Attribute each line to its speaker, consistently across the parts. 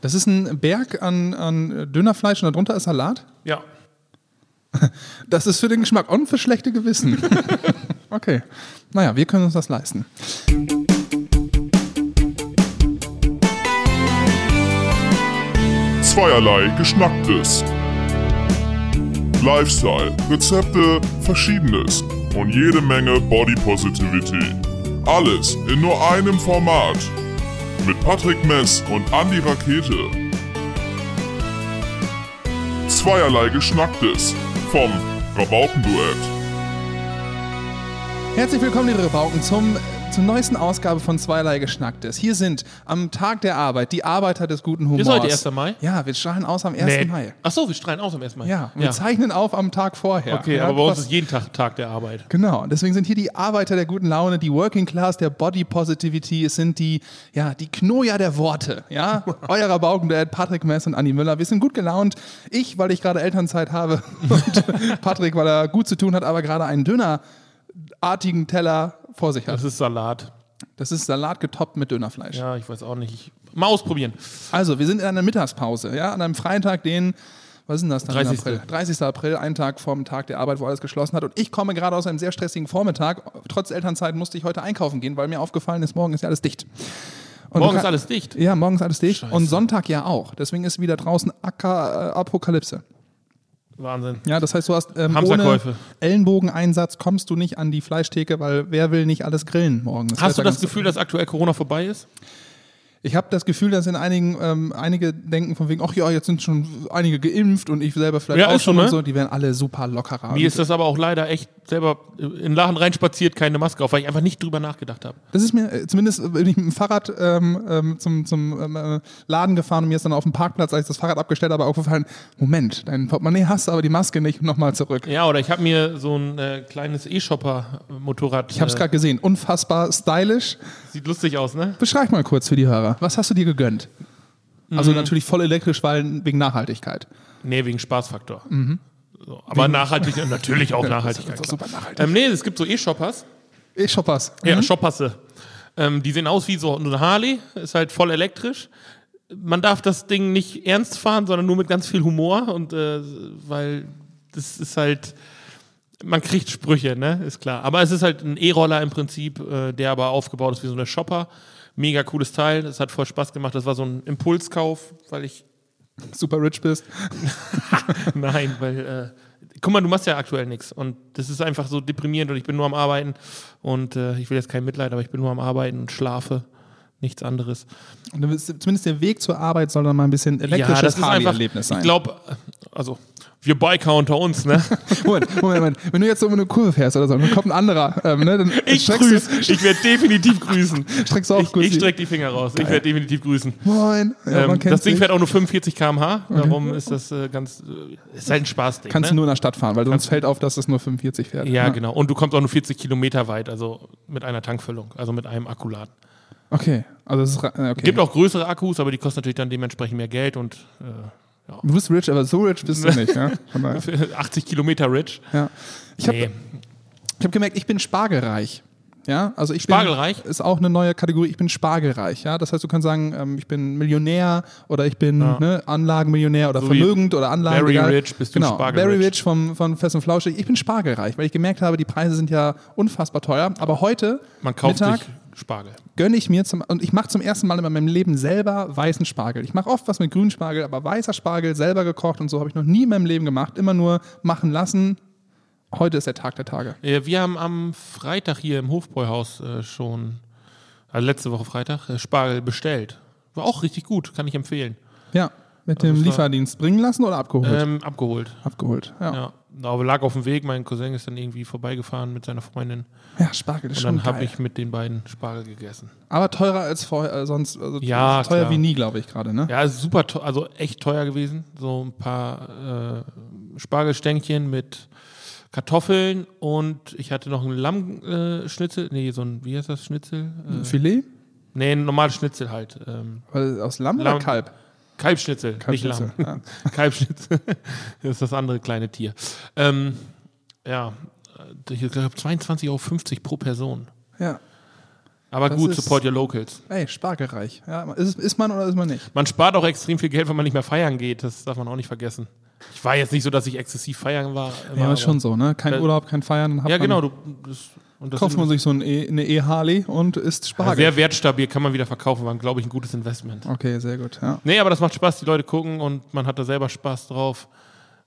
Speaker 1: Das ist ein Berg an, an Dönerfleisch und darunter ist Salat.
Speaker 2: Ja.
Speaker 1: Das ist für den Geschmack und für schlechte Gewissen. okay. Naja, wir können uns das leisten.
Speaker 3: Zweierlei Geschnacktes. Lifestyle, Rezepte, Verschiedenes und jede Menge Body Positivity. Alles in nur einem Format. Mit Patrick Mess und Andy Rakete. Zweierlei Geschnacktes vom Rabaukenduett.
Speaker 1: Herzlich willkommen, liebe Rabauken, zum, zur neuesten Ausgabe von Zweierlei Geschnacktes. Hier sind am Tag der Arbeit die Arbeiter des guten Humors.
Speaker 2: Ist heute 1. Mai?
Speaker 1: Ja, wir strahlen aus am 1. Mai.
Speaker 2: Achso, wir strahlen auch am 1. Mai.
Speaker 1: Ja, wir zeichnen auf am Tag vorher.
Speaker 2: Okay,
Speaker 1: ja,
Speaker 2: aber bei uns
Speaker 1: krass.
Speaker 2: ist jeden Tag Tag der Arbeit.
Speaker 1: Genau, deswegen sind hier die Arbeiter der guten Laune, die Working Class, der Body Positivity, es sind die, ja, die Knoja der Worte, ja, eurer Baugenduett, Patrick Mess und Anni Müller, wir sind gut gelaunt, ich, weil ich gerade Elternzeit habe und Patrick, weil er gut zu tun hat, aber gerade einen dünnerartigen Teller vor sich
Speaker 2: Das
Speaker 1: hat.
Speaker 2: ist Salat.
Speaker 1: Das ist Salat getoppt mit Dönerfleisch.
Speaker 2: Ja, ich weiß auch nicht. Ich, mal ausprobieren.
Speaker 1: Also, wir sind in einer Mittagspause, ja, an einem Freitag, den, was ist denn das dann?
Speaker 2: 30.
Speaker 1: April? 30. April, einen Tag vom Tag der Arbeit, wo alles geschlossen hat. Und ich komme gerade aus einem sehr stressigen Vormittag. Trotz Elternzeit musste ich heute einkaufen gehen, weil mir aufgefallen ist, morgen ist ja alles dicht. Und
Speaker 2: Morgen
Speaker 1: du
Speaker 2: ist
Speaker 1: kann-
Speaker 2: alles dicht.
Speaker 1: Ja, morgen ist alles dicht. Und Sonntag ja auch. Deswegen ist wieder draußen Acker, äh, Apokalypse.
Speaker 2: Wahnsinn.
Speaker 1: Ja, das heißt, du hast ähm,
Speaker 2: Hamsterkäufe.
Speaker 1: ohne Ellenbogeneinsatz kommst du nicht an die Fleischtheke, weil wer will nicht alles grillen morgen? Das
Speaker 2: Hast
Speaker 1: Wetter
Speaker 2: du das
Speaker 1: ganz-
Speaker 2: Gefühl, dass aktuell Corona vorbei ist?
Speaker 1: ich habe das Gefühl, dass in einigen ähm, einige denken von wegen, ach ja, jetzt sind schon einige geimpft und ich selber vielleicht
Speaker 2: Ja,
Speaker 1: auch
Speaker 2: ist
Speaker 1: schon
Speaker 2: so, ne?
Speaker 1: und so, die werden alle super lockerer. Und
Speaker 2: Mir ist das aber auch leider echt selber in Lachen reinspaziert, keine Maske auf, weil ich einfach nicht drüber nachgedacht habe.
Speaker 1: das ist mir, äh, zumindest äh, bin ich mit dem Fahrrad ähm, ähm, zum, zum ähm, äh, Laden gefahren und mir ist dann auf dem Parkplatz, als ich das Fahrrad abgestellt habe, aufgefallen, Moment, dein Portemonnaie hast du, aber die Maske nicht und nochmal zurück.
Speaker 2: Ja, oder ich habe mir so ein äh, kleines E-Shopper-Motorrad. äh,
Speaker 1: Ich habe es gerade gesehen, unfassbar stylisch.
Speaker 2: Sieht lustig aus, ne?
Speaker 1: Beschreib mal kurz für die Hörer, was hast du dir gegönnt? Also
Speaker 2: Mhm.
Speaker 1: natürlich voll elektrisch, weil wegen Nachhaltigkeit.
Speaker 2: Nee, wegen Spaßfaktor. So, aber nachhaltig, natürlich auch Nachhaltigkeit.
Speaker 1: Mhm. Das ist
Speaker 2: klar.
Speaker 1: super nachhaltig.
Speaker 2: Ähm, nee, es gibt so E-Shoppers.
Speaker 1: Ich Mhm. shoppers.
Speaker 2: Ja, Shoppasse. Ähm, die sehen aus wie so eine Harley, ist halt voll elektrisch. Man darf das Ding nicht ernst fahren, sondern nur mit ganz viel Humor und äh, weil das ist halt, man kriegt Sprüche, ne, ist klar. Aber es ist halt ein E-Roller im Prinzip, äh, der aber aufgebaut ist wie so eine Shopper. Mega cooles Teil, das hat voll Spaß gemacht. Das war so ein Impulskauf, weil ich,
Speaker 1: Super rich bist.
Speaker 2: nein, weil, äh, guck mal, du machst ja aktuell nichts und das ist einfach so deprimierend und ich bin nur am Arbeiten und äh, ich will jetzt kein Mitleid, aber ich bin nur am Arbeiten und schlafe, nichts anderes.
Speaker 1: Und dann ist zumindest der Weg zur Arbeit soll dann mal ein bisschen elektrisches Harley-Erlebnis sein.
Speaker 2: Ich glaube, also wir Biker unter uns, ne?
Speaker 1: Moment, Moment, Moment. Wenn du jetzt so um eine Kurve fährst oder so, dann kommt ein anderer, ähm, ne, dann
Speaker 2: Ich
Speaker 1: streckst
Speaker 2: grüße. Ich werde definitiv grüßen.
Speaker 1: du, streckst du auch
Speaker 2: Ich,
Speaker 1: kurz
Speaker 2: ich
Speaker 1: die-
Speaker 2: strecke die Finger raus. Ich werde definitiv grüßen.
Speaker 1: Moin. Ja,
Speaker 2: Ähm,
Speaker 1: man kennt
Speaker 2: das Ding
Speaker 1: sich.
Speaker 2: fährt auch nur 45 km/h. Darum ist das äh, ganz. Äh, ist halt ein Spaßding.
Speaker 1: Kannst du
Speaker 2: ne?
Speaker 1: nur in der Stadt fahren, weil sonst fällt auf, dass es nur 45 fährt.
Speaker 2: ja, genau. Und du kommst auch nur 40 Kilometer weit, also mit einer Tankfüllung, also mit einem Akkuladen.
Speaker 1: Okay. Also es ist, ra- äh, okay.
Speaker 2: Gibt auch größere Akkus, aber die kosten natürlich dann dementsprechend mehr Geld und äh,
Speaker 1: du bist rich, aber so rich bist du nicht. Ja? Von daher.
Speaker 2: für 80 Kilometer Rich.
Speaker 1: Ja. Ich habe
Speaker 2: Nee.
Speaker 1: Ich habe gemerkt, ich bin spargelreich. Ja, also ich
Speaker 2: Spargelreich?
Speaker 1: bin, ist auch eine neue Kategorie. Ich bin spargelreich. Ja, das heißt, du kannst sagen, ähm, ich bin Millionär oder ich bin ne, Anlagenmillionär oder
Speaker 2: So wie
Speaker 1: vermögend oder Anlagen.
Speaker 2: Barry
Speaker 1: egal.
Speaker 2: Rich bist du
Speaker 1: genau.
Speaker 2: spargelrich.
Speaker 1: Barry Rich vom von Fest und Flauschig. Ich bin spargelreich, weil ich gemerkt habe, die Preise sind ja unfassbar teuer. Aber heute
Speaker 2: Man kauft
Speaker 1: Mittag
Speaker 2: sich Spargel.
Speaker 1: gönne ich mir zum und ich mache zum ersten Mal in meinem Leben selber weißen Spargel. Ich mache oft was mit grünen Spargel, aber weißer Spargel selber gekocht und so habe ich noch nie in meinem Leben gemacht. Immer nur machen lassen. Heute ist der Tag der Tage.
Speaker 2: Äh, Wir haben am Freitag hier im Hofbräuhaus äh, schon, also letzte Woche Freitag, äh, Spargel bestellt. War auch richtig gut, kann ich empfehlen.
Speaker 1: Ja, mit dem
Speaker 2: das Also war-
Speaker 1: Lieferdienst bringen lassen oder abgeholt?
Speaker 2: Ähm, abgeholt.
Speaker 1: abgeholt, ja. Ja,
Speaker 2: Ja. Aber lag auf dem Weg, mein Cousin ist dann irgendwie vorbeigefahren mit seiner Freundin.
Speaker 1: Spargel ist
Speaker 2: Und
Speaker 1: schon
Speaker 2: dann
Speaker 1: geil.
Speaker 2: habe ich mit den beiden Spargel gegessen.
Speaker 1: Aber teurer als vorher, äh, sonst, also
Speaker 2: Ja,
Speaker 1: teuer
Speaker 2: klar.
Speaker 1: wie nie, glaube ich gerade, ne?
Speaker 2: Ja, ist super teuer, also echt teuer gewesen. So ein paar äh, Spargelstänkchen mit Kartoffeln und ich hatte noch einen Lammschnitzel. Äh, Schnitzel. nee, so ein, wie heißt das, Schnitzel? Äh,
Speaker 1: Filet?
Speaker 2: nee, ein normales Schnitzel halt. Ähm,
Speaker 1: Weil aus Lamm,
Speaker 2: Lamm.
Speaker 1: oder Kalb?
Speaker 2: Kalbschnitzel, nicht Lamm.
Speaker 1: Kalbschnitzel, ja.
Speaker 2: Kalbschnitzel. Das ist das andere kleine Tier. Ähm, ja, ich glaube 22,50 Euro pro Person.
Speaker 1: ja.
Speaker 2: Aber
Speaker 1: Das
Speaker 2: gut,
Speaker 1: ist-
Speaker 2: support your locals.
Speaker 1: Ey, spargereich. Ja, ist, ist man oder ist man nicht?
Speaker 2: Man spart auch extrem viel Geld, wenn man nicht mehr feiern geht. Das darf man auch nicht vergessen. Ich war jetzt nicht so, dass ich exzessiv feiern war. immer,
Speaker 1: Ja,
Speaker 2: aber-
Speaker 1: ist schon so, ne? Kein
Speaker 2: Da-
Speaker 1: Urlaub, kein Feiern. hat
Speaker 2: Ja,
Speaker 1: man-
Speaker 2: genau. Du, das, und das
Speaker 1: Kauft
Speaker 2: ist
Speaker 1: man sich so ein e, eine E-Harley und isst Spargel.
Speaker 2: sehr wertstabil, kann man wieder verkaufen. War, glaube ich, ein gutes Investment.
Speaker 1: okay, sehr gut. Ja.
Speaker 2: Nee, aber das macht Spaß, die Leute gucken und man hat da selber Spaß drauf.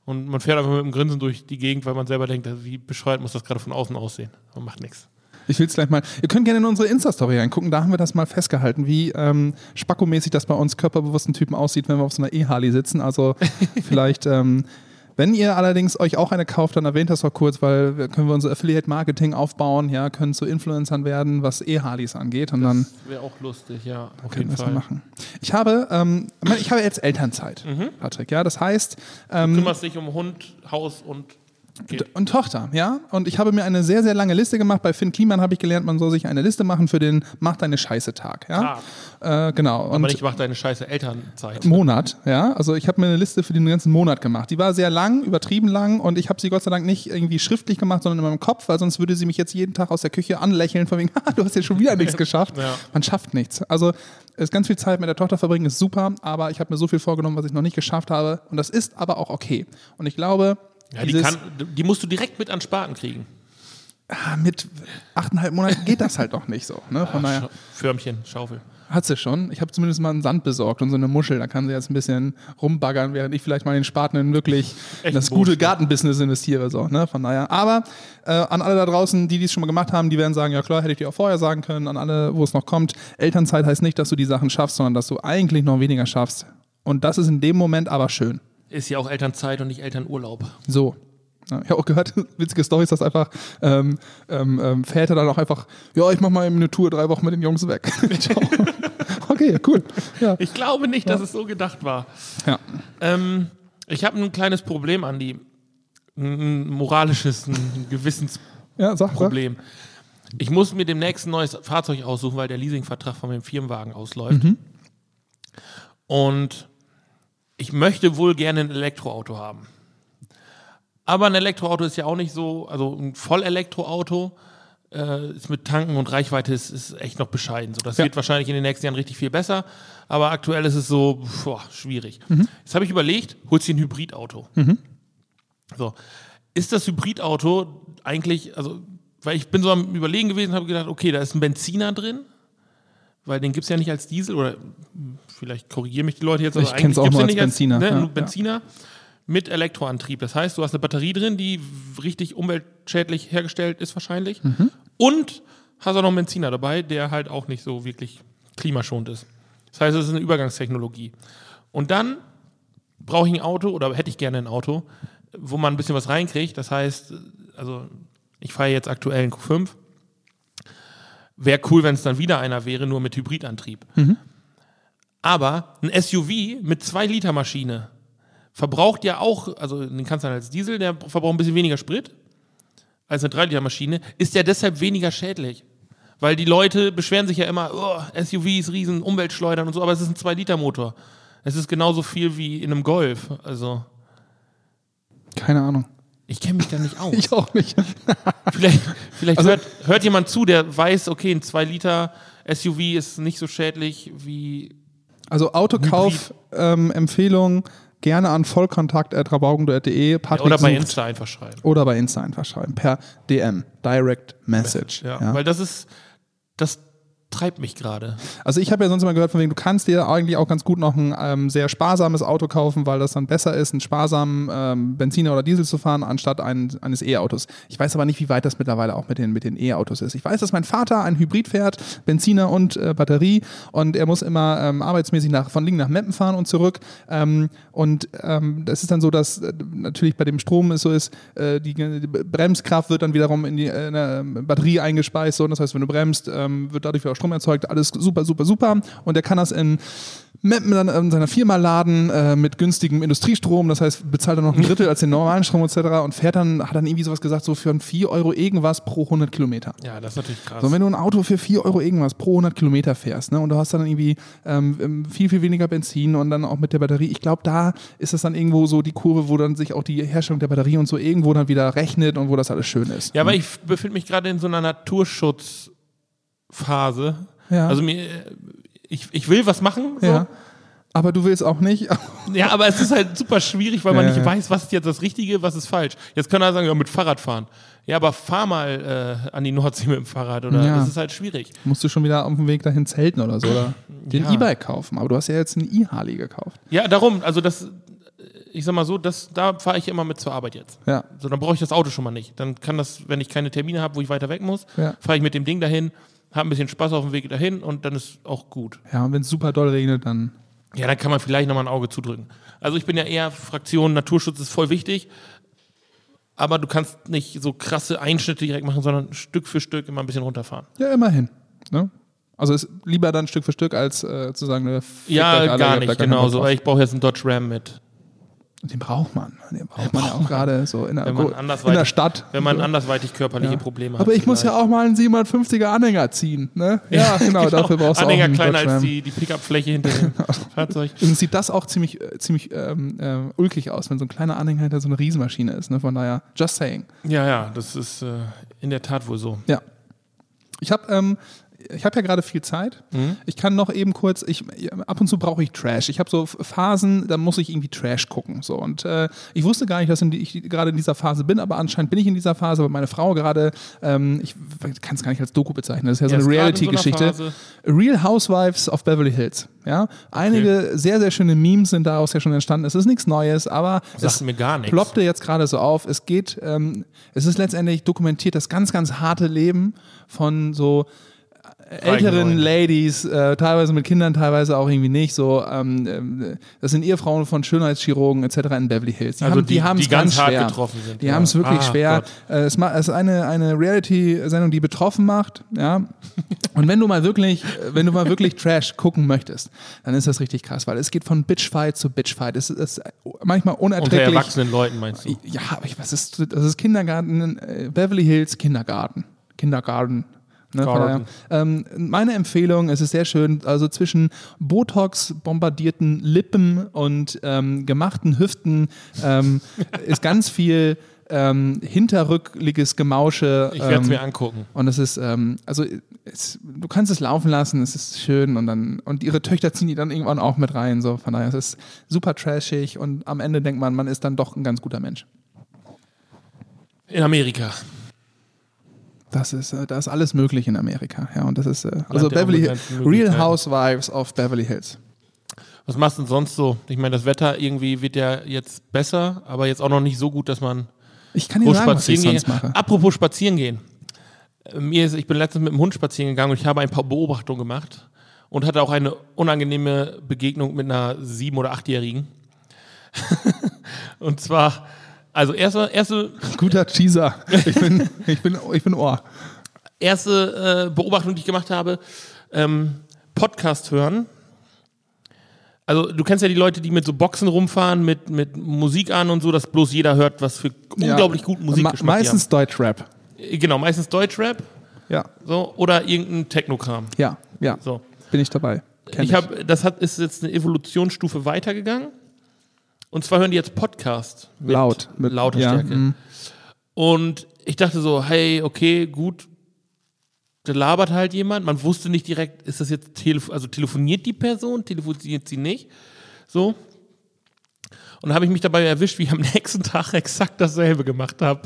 Speaker 2: Und man fährt einfach mit einem Grinsen durch die Gegend, weil man selber denkt, wie bescheuert muss das gerade von außen aussehen. Man macht nichts.
Speaker 1: Ich will es gleich mal. Ihr könnt gerne in unsere Insta-Story reingucken, da haben wir das mal festgehalten, wie ähm, spackomäßig das bei uns körperbewussten Typen aussieht, wenn wir auf so einer E-Harley sitzen. Also vielleicht, ähm, wenn ihr allerdings euch auch eine kauft, dann erwähnt das doch kurz, weil wir, können wir unser Affiliate-Marketing aufbauen, ja, können zu Influencern werden, was E-Harleys angeht. Und dann
Speaker 2: Das wäre auch lustig, ja. Auf
Speaker 1: können
Speaker 2: jeden
Speaker 1: wir es
Speaker 2: Fall.
Speaker 1: machen. Ich habe, ähm, ich habe jetzt Elternzeit,
Speaker 2: Mhm.
Speaker 1: Patrick. Ja, das heißt, ähm,
Speaker 2: Du kümmerst dich um Hund, Haus und Kind.
Speaker 1: und Tochter, ja. Und ich habe mir eine sehr, sehr lange Liste gemacht. Bei Finn Kliman habe ich gelernt, man soll sich eine Liste machen für den Mach deine Scheiße Tag. Ja? Äh, genau. Und
Speaker 2: Aber ich mache deine scheiße Elternzeit.
Speaker 1: Monat, ja. Also ich habe mir eine Liste für den ganzen Monat gemacht. Die war sehr lang, übertrieben lang und ich habe sie Gott sei Dank nicht irgendwie schriftlich gemacht, sondern in meinem Kopf, weil sonst würde sie mich jetzt jeden Tag aus der Küche anlächeln, von wegen, "Ha, du hast ja schon wieder nichts geschafft.
Speaker 2: Ja.
Speaker 1: Man schafft nichts. Also ist ganz viel Zeit mit der Tochter verbringen, ist super, aber ich habe mir so viel vorgenommen, was ich noch nicht geschafft habe. Und das ist aber auch okay. Und ich glaube,
Speaker 2: Ja, die,
Speaker 1: dieses-
Speaker 2: kann, die musst du direkt mit an Spaten kriegen.
Speaker 1: Ah, mit achteinhalb Monaten geht das halt noch nicht so. Ne? Von daher
Speaker 2: Scha- Förmchen, Schaufel.
Speaker 1: hat sie schon. Ich habe zumindest mal einen Sand besorgt und so eine Muschel. Da kann sie jetzt ein bisschen rumbaggern, während ich vielleicht mal den Spaten in wirklich in
Speaker 2: Echt
Speaker 1: das
Speaker 2: ein
Speaker 1: gute
Speaker 2: Bullshit.
Speaker 1: Gartenbusiness investiere. So, ne? Von daher. Aber äh, an alle da draußen, die dies schon mal gemacht haben, die werden sagen, ja klar, hätte ich dir auch vorher sagen können. An alle, wo es noch kommt. Elternzeit heißt nicht, dass du die Sachen schaffst, sondern dass du eigentlich noch weniger schaffst. Und das ist in dem Moment aber schön.
Speaker 2: Ist ja auch Elternzeit und nicht Elternurlaub.
Speaker 1: So. Ja, ich habe auch gehört, witzige Storys, dass einfach ähm, ähm, ähm, Väter dann auch einfach, ja, ich mache mal eben eine Tour drei Wochen mit den Jungs weg. Ciao. okay, cool. Ja.
Speaker 2: Ich glaube nicht, dass es so gedacht war.
Speaker 1: Ja.
Speaker 2: Ähm, ich habe ein kleines Problem, Andi. Ein ein moralisches, ein Gewissensproblem.
Speaker 1: ja, sag sag.
Speaker 2: Ich muss mir demnächst ein neues Fahrzeug aussuchen, weil der Leasingvertrag von meinem Firmenwagen ausläuft. Und ich möchte wohl gerne ein Elektroauto haben. Aber ein Elektroauto ist ja auch nicht so, also ein Vollelektroauto äh, ist mit Tanken und Reichweite ist, ist echt noch bescheiden. So, das
Speaker 1: Ja.
Speaker 2: wird wahrscheinlich in den nächsten Jahren richtig viel besser, aber aktuell ist es so boah, schwierig. Jetzt habe ich überlegt, holst du dir ein Hybridauto? So. Ist das Hybridauto eigentlich, also, weil ich bin so am Überlegen gewesen, habe gedacht, okay, da ist ein Benziner drin, weil den gibt es ja nicht als Diesel oder hm, vielleicht korrigieren mich die Leute jetzt, aber
Speaker 1: Ich kenn's auch
Speaker 2: gibt's
Speaker 1: nur
Speaker 2: den
Speaker 1: als Benziner,
Speaker 2: Ne,
Speaker 1: ja,
Speaker 2: nur
Speaker 1: ja.
Speaker 2: Benziner mit Elektroantrieb. Das heißt, du hast eine Batterie drin, die w- richtig umweltschädlich hergestellt ist wahrscheinlich
Speaker 1: Mhm.
Speaker 2: und hast auch noch einen Benziner dabei, der halt auch nicht so wirklich klimaschonend ist. Das heißt, es ist eine Übergangstechnologie. Und dann brauche ich ein Auto oder hätte ich gerne ein Auto, wo man ein bisschen was reinkriegt. Das heißt, also ich fahre jetzt aktuell einen Q5. Wäre cool, wenn es dann wieder einer wäre, nur mit Hybridantrieb. Aber ein SUV mit 2-Liter-Maschine verbraucht ja auch, also den kannst du dann als Diesel, der verbraucht ein bisschen weniger Sprit als eine 3-Liter-Maschine, ist ja deshalb weniger schädlich. Weil die Leute beschweren sich ja immer, oh, SUVs, riesen Umweltschleudern und so, aber es ist ein 2-Liter-Motor. Es ist genauso viel wie in einem Golf. Also,
Speaker 1: Keine Ahnung.
Speaker 2: ich kenne mich da nicht aus.
Speaker 1: Ich auch nicht.
Speaker 2: Vielleicht, vielleicht
Speaker 1: Also-
Speaker 2: hört, hört jemand zu, der weiß, okay, ein 2-Liter-SUV ist nicht so schädlich wie.
Speaker 1: Also Autokauf, ähm, Empfehlung gerne an vollkontakt.rabaugen.de. Patrick
Speaker 2: Oder bei
Speaker 1: sucht.
Speaker 2: Insta einfach schreiben.
Speaker 1: Oder bei Insta einfach schreiben. Per DM. Direct Message.
Speaker 2: Ja, Weil das ist. Das treibt mich gerade.
Speaker 1: Also ich habe ja sonst immer gehört, von wegen, du kannst dir eigentlich auch ganz gut noch ein ähm, sehr sparsames Auto kaufen, weil das dann besser ist, einen sparsamen ähm, Benziner oder Diesel zu fahren, anstatt einen, eines E-Autos. Ich weiß aber nicht, wie weit das mittlerweile auch mit den, mit den E-Autos ist. Ich weiß, dass mein Vater ein Hybrid fährt, Benziner und äh, Batterie, und er muss immer ähm, arbeitsmäßig nach, von Lingen nach Meppen fahren und zurück. Ähm, und ähm, das ist dann so, dass äh, natürlich bei dem Strom es so ist, äh, die, die Bremskraft wird dann wiederum in die äh, in der Batterie eingespeist. So. Und das heißt, wenn du bremst, ähm, wird dadurch wieder Strom erzeugt. Alles super, super, super. Und er kann das in Meppen dann in seiner Firma laden äh, mit günstigem Industriestrom. Das heißt, bezahlt er noch ein Drittel als den normalen Strom etc. Und fährt dann, hat dann irgendwie sowas gesagt, so für 4 Euro irgendwas pro 100 Kilometer.
Speaker 2: Ja, das ist natürlich krass.
Speaker 1: So, und wenn du ein Auto für 4 Euro irgendwas pro 100 Kilometer fährst, ne, und du hast dann irgendwie ähm, viel, viel weniger Benzin und dann auch mit der Batterie, ich glaube, da ist das dann irgendwo so die Kurve, wo dann sich auch die Herstellung der Batterie und so irgendwo dann wieder rechnet und wo das alles schön ist.
Speaker 2: ja, aber ich befinde mich gerade in so einer Naturschutz- Phase.
Speaker 1: Ja.
Speaker 2: Also mir, ich, ich will was machen. So.
Speaker 1: Ja. Aber du willst auch nicht.
Speaker 2: Ja, aber es ist halt super schwierig, weil man
Speaker 1: Ja,
Speaker 2: nicht
Speaker 1: ja.
Speaker 2: weiß, was ist jetzt das Richtige, was ist falsch. Jetzt kann er sagen, ja, mit Fahrrad fahren. Ja, aber fahr mal äh, an die Nordsee mit dem Fahrrad oder
Speaker 1: Ja.
Speaker 2: das ist halt schwierig.
Speaker 1: Musst du schon wieder auf dem Weg dahin zelten oder so. Oder den
Speaker 2: Ja.
Speaker 1: E-Bike kaufen. Aber du hast ja jetzt einen E-Harley gekauft.
Speaker 2: Ja, darum, also das, ich sag mal so, das, da fahre ich immer mit zur Arbeit jetzt.
Speaker 1: Ja.
Speaker 2: So, dann brauche ich das Auto schon mal nicht. Dann kann das, wenn ich keine Termine habe, wo ich weiter weg muss,
Speaker 1: Ja.
Speaker 2: fahre ich mit dem Ding dahin, habe ein bisschen Spaß auf dem Weg dahin und dann ist auch gut.
Speaker 1: Ja, und wenn es super doll regnet, dann.
Speaker 2: Ja, dann kann man vielleicht nochmal ein Auge zudrücken. Also ich bin ja eher Fraktion, Naturschutz ist voll wichtig, aber du kannst nicht so krasse Einschnitte direkt machen, sondern Stück für Stück immer ein bisschen runterfahren.
Speaker 1: Ja, immerhin. Ne? Also ist lieber dann Stück für Stück, als äh, zu sagen, ne, fickt euch
Speaker 2: ja,
Speaker 1: alle, ihr
Speaker 2: gar
Speaker 1: habt da
Speaker 2: nicht,
Speaker 1: keinen Bock
Speaker 2: genau so.
Speaker 1: drauf.
Speaker 2: Weil ich brauche jetzt einen Dodge Ram mit.
Speaker 1: Den braucht man. Den braucht man ja auch gerade so in der,
Speaker 2: Wenn man
Speaker 1: gut, in der
Speaker 2: andersweitig-
Speaker 1: Stadt.
Speaker 2: Wenn man andersweitig körperliche
Speaker 1: Ja.
Speaker 2: Probleme hat.
Speaker 1: Aber ich muss ja auch mal einen 750er Anhänger ziehen. Ne? Ja, genau, dafür brauchst du auch
Speaker 2: Anhänger
Speaker 1: einen
Speaker 2: kleiner als
Speaker 1: Dodge Ram.
Speaker 2: die, die Pickup-Fläche hinter dem Fahrzeug.
Speaker 1: Übrigens sieht das auch ziemlich, äh, ziemlich ähm, ähm, ulkig aus, wenn so ein kleiner Anhänger hinter so eine Riesenmaschine ist. Ne? Von daher, just saying.
Speaker 2: Ja, ja, das ist äh, in der Tat wohl so.
Speaker 1: Ja. Ich habe ähm, ich hab ja gerade viel Zeit.
Speaker 2: Mhm.
Speaker 1: Ich kann noch eben kurz, ich, ab und zu brauche ich Trash. Ich habe so Phasen, da muss ich irgendwie Trash gucken. So. Und äh, ich wusste gar nicht, dass in die, ich gerade in dieser Phase bin, aber anscheinend bin ich in dieser Phase, weil meine Frau gerade, ähm, ich kann es gar nicht als Doku bezeichnen, das ist ja so
Speaker 2: Ja,
Speaker 1: eine
Speaker 2: ist gerade in so einer
Speaker 1: Reality-Geschichte.
Speaker 2: Phase.
Speaker 1: Real Housewives of Beverly Hills. Ja? Einige sehr, sehr schöne Memes sind daraus ja schon entstanden. Es ist nichts Neues, aber
Speaker 2: Sagt
Speaker 1: es
Speaker 2: mir gar nichts.
Speaker 1: ploppte jetzt gerade so auf. Es geht, ähm, es ist letztendlich dokumentiert das ganz, ganz harte Leben von so äh, älteren
Speaker 2: Leuten.
Speaker 1: Ladies, äh, teilweise mit Kindern, teilweise auch irgendwie nicht. So, ähm, ähm, das sind Ehefrauen von Schönheitschirurgen etc. in Beverly Hills. Die
Speaker 2: Also
Speaker 1: haben
Speaker 2: die-
Speaker 1: die, haben's
Speaker 2: die ganz hart
Speaker 1: schwer.
Speaker 2: betroffen sind,
Speaker 1: Die
Speaker 2: ja.
Speaker 1: haben es wirklich
Speaker 2: Ah,
Speaker 1: schwer. Äh, es, ma- es ist eine, eine Reality-Sendung, die betroffen macht. Ja. Und wenn du mal wirklich, äh, wenn du mal wirklich Trash gucken möchtest, dann ist das richtig krass, weil es geht von Bitchfight zu Bitchfight. Es ist, es ist manchmal
Speaker 2: Unter
Speaker 1: unerträglich.
Speaker 2: erwachsenen Leuten meinst du?
Speaker 1: Ja, aber ich, was ist, das ist Kindergarten, äh, Beverly Hills Kindergarten. Kindergarten. Ne, von
Speaker 2: Garden.
Speaker 1: daher, ähm, meine Empfehlung, es ist sehr schön, also zwischen Botox-bombardierten Lippen und ähm, gemachten Hüften ähm, ist ganz viel ähm, hinterrückliges Gemausche.
Speaker 2: Ich werde es
Speaker 1: ähm,
Speaker 2: mir angucken.
Speaker 1: und es ist, ähm, also es, du kannst es laufen lassen, es ist schön und dann, und ihre Töchter ziehen die dann irgendwann auch mit rein. So, von daher, es ist super trashig und am Ende denkt man, man ist dann doch ein ganz guter Mensch.
Speaker 2: In Amerika.
Speaker 1: Das ist, äh, da ist alles möglich in Amerika, ja. Und das ist äh, also
Speaker 2: der
Speaker 1: Beverly
Speaker 2: unbegrenzten
Speaker 1: Real
Speaker 2: Möglichkeiten.
Speaker 1: Housewives of Beverly Hills.
Speaker 2: Was machst du denn sonst so? Ich meine, das Wetter irgendwie wird ja jetzt besser, aber jetzt auch noch nicht so gut, dass man
Speaker 1: Ich kann
Speaker 2: wo
Speaker 1: dir sagen, was ich
Speaker 2: spazieren gehen.
Speaker 1: sonst mache.
Speaker 2: Apropos spazieren gehen. Ähm, Mir ist, ich bin letztens mit dem Hund spazieren gegangen und ich habe ein paar Beobachtungen gemacht und hatte auch eine unangenehme Begegnung mit einer sieben- oder achtjährigen. und zwar, also erste, erste,
Speaker 1: Guter Cheeser. Ich bin, ich bin, ich bin Ohr.
Speaker 2: erste äh, Beobachtung, die ich gemacht habe, ähm, Podcast hören. Also du kennst ja die Leute, die mit so Boxen rumfahren, mit, mit Musik an und so, dass bloß jeder hört, was für unglaublich guten Musikgeschmack die
Speaker 1: Meistens Deutschrap.
Speaker 2: haben. Genau, meistens Deutschrap
Speaker 1: Ja,
Speaker 2: so, oder irgendein Technokram.
Speaker 1: ja, ja.
Speaker 2: So.
Speaker 1: Bin ich dabei. Kenn
Speaker 2: Ich hab, das hat, ist jetzt eine Evolutionsstufe weitergegangen. Und zwar hören die jetzt Podcast. Mit
Speaker 1: Laut, mit-
Speaker 2: lauter
Speaker 1: ja,
Speaker 2: Stärke.
Speaker 1: mm.
Speaker 2: Und ich dachte so, hey, okay, gut. Da labert halt jemand. Man wusste nicht direkt, ist das jetzt Telef also telefoniert die Person, telefoniert sie nicht. So. Und habe ich mich dabei erwischt, wie ich am nächsten Tag exakt dasselbe gemacht habe.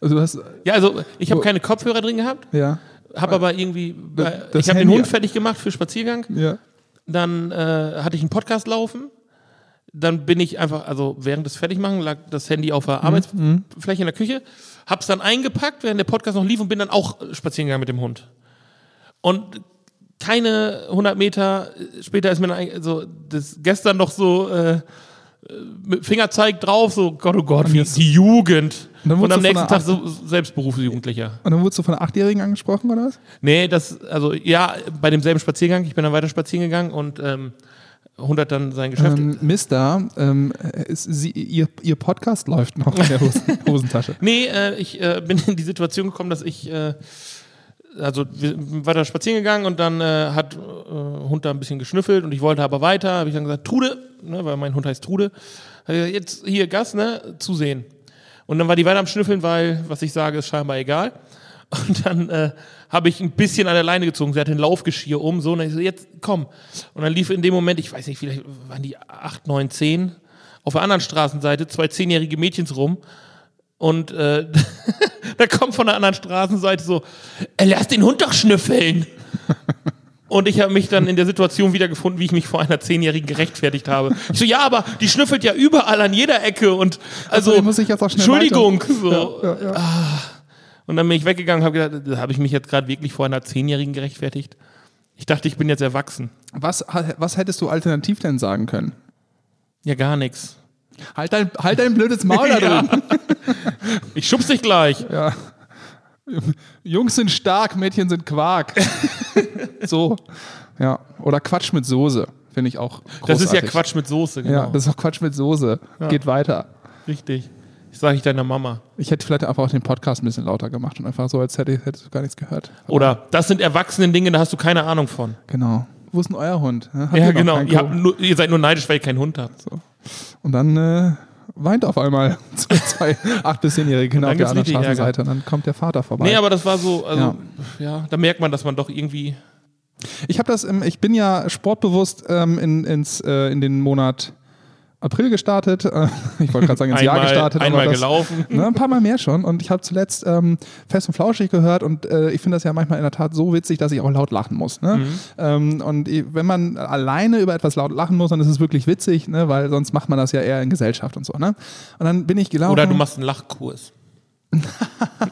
Speaker 1: Also du hast,
Speaker 2: Ja, also ich habe
Speaker 1: Wo-
Speaker 2: keine Kopfhörer drin gehabt,
Speaker 1: ja,
Speaker 2: habe aber irgendwie,
Speaker 1: Ah. das
Speaker 2: ich habe den
Speaker 1: Handy-
Speaker 2: Hund fertig gemacht für Spaziergang.
Speaker 1: ja.
Speaker 2: Dann äh, hatte ich einen Podcast laufen. Dann bin ich einfach, also während des Fertigmachen lag das Handy auf der
Speaker 1: Mhm,
Speaker 2: Arbeitsfläche in der Küche, hab's dann eingepackt, während der Podcast noch lief und bin dann auch spazieren gegangen mit dem Hund. Und keine 100 Meter äh, später ist mir dann ein- also das gestern noch so äh, mit Fingerzeig drauf, so Gott oh Gott, wie die Jugend.
Speaker 1: Und dann
Speaker 2: Und,
Speaker 1: wurdest
Speaker 2: am
Speaker 1: du von
Speaker 2: nächsten
Speaker 1: einer
Speaker 2: Tag so Selbstberufsjugendlicher.
Speaker 1: Und dann wurdest du von einer Achtjährigen angesprochen, oder was?
Speaker 2: Nee, das, also ja, bei demselben Spaziergang, ich bin dann weiter spazieren gegangen und ähm, Hund hat dann sein Geschäft.
Speaker 1: Ähm, Mister, ähm, ist sie, ihr, ihr Podcast läuft noch in der Hosen, Hosentasche.
Speaker 2: Nee, äh, ich äh, bin in die Situation gekommen, dass ich, äh, also wir sind weiter spazieren gegangen und dann äh, hat äh, Hund da ein bisschen geschnüffelt und ich wollte aber weiter, habe ich dann gesagt, Trude, ne, weil mein Hund heißt Trude, hab ich gesagt, jetzt hier Gas, ne, zusehen. Und dann war die weiter am Schnüffeln, weil was ich sage, ist scheinbar egal. Und dann äh, habe ich ein bisschen an der Leine gezogen. Sie hatte ein Laufgeschirr um, so. Und dann ich so, jetzt komm. Und dann lief in dem Moment, ich weiß nicht, vielleicht waren die acht, neun, zehn, auf der anderen Straßenseite zwei zehnjährige Mädchens rum. Und äh, da kommt von der anderen Straßenseite so, "Ey, lass den Hund doch schnüffeln. Und ich habe mich dann in der Situation wiedergefunden, wie ich mich vor einer Zehnjährigen gerechtfertigt habe. Ich so, ja, aber die schnüffelt ja überall an jeder Ecke und also,
Speaker 1: die muss ich jetzt auch schnell
Speaker 2: Entschuldigung. So. Ah. Und dann bin ich weggegangen und habe gedacht, habe ich mich jetzt gerade wirklich vor einer Zehnjährigen gerechtfertigt? Ich dachte, ich bin jetzt erwachsen.
Speaker 1: Was, was hättest du alternativ denn sagen können?
Speaker 2: Ja, gar nichts.
Speaker 1: Halt dein, halt dein blödes Maul da
Speaker 2: Ja.
Speaker 1: drin.
Speaker 2: Ich schub's dich gleich.
Speaker 1: Jungs sind stark, Mädchen sind Quark. so. Ja. Oder Quatsch mit Soße. Finde ich auch großartig.
Speaker 2: Das ist ja Quatsch mit Soße, genau.
Speaker 1: Ja, das ist auch Quatsch mit Soße. Geht weiter.
Speaker 2: Richtig. Das sage ich deiner Mama.
Speaker 1: Ich hätte vielleicht einfach auch den Podcast ein bisschen lauter gemacht und einfach so, als hätte, hättest du gar nichts gehört.
Speaker 2: Oder das sind erwachsene Dinge, da hast du keine Ahnung von.
Speaker 1: Genau. Wo ist denn euer Hund? Habt ihr
Speaker 2: Ja,
Speaker 1: noch
Speaker 2: genau.
Speaker 1: keinen
Speaker 2: Ihr, habt
Speaker 1: Kuchen?
Speaker 2: nur, ihr seid nur neidisch, weil ihr keinen Hund habt.
Speaker 1: Und dann äh, weint auf einmal zwei, zwei acht bis zehnjährige Kinder
Speaker 2: dann
Speaker 1: auf der
Speaker 2: gibt's
Speaker 1: anderen
Speaker 2: richtig Ärger.
Speaker 1: Straßenseite und dann kommt der Vater vorbei.
Speaker 2: Nee, aber das war so, also,
Speaker 1: Ja.
Speaker 2: ja. da merkt man, dass man doch irgendwie.
Speaker 1: Ich habe das, im, ich bin ja sportbewusst ähm, in, ins, äh, in den Monat April gestartet. Äh, ich wollte gerade sagen, ins Jahr
Speaker 2: Einmal-
Speaker 1: gestartet.
Speaker 2: einmal
Speaker 1: das,
Speaker 2: gelaufen.
Speaker 1: Ne, ein paar Mal mehr schon. Und ich habe zuletzt ähm, fest und flauschig gehört und äh, ich finde das ja manchmal in der Tat so witzig, dass ich auch laut lachen muss. Ne?
Speaker 2: Mhm.
Speaker 1: Ähm, und ich- wenn man alleine über etwas laut lachen muss, dann ist es wirklich witzig, ne? weil sonst macht man das ja eher in Gesellschaft und so. Ne? Und dann bin ich gelaufen.
Speaker 2: Oder du machst einen Lachkurs.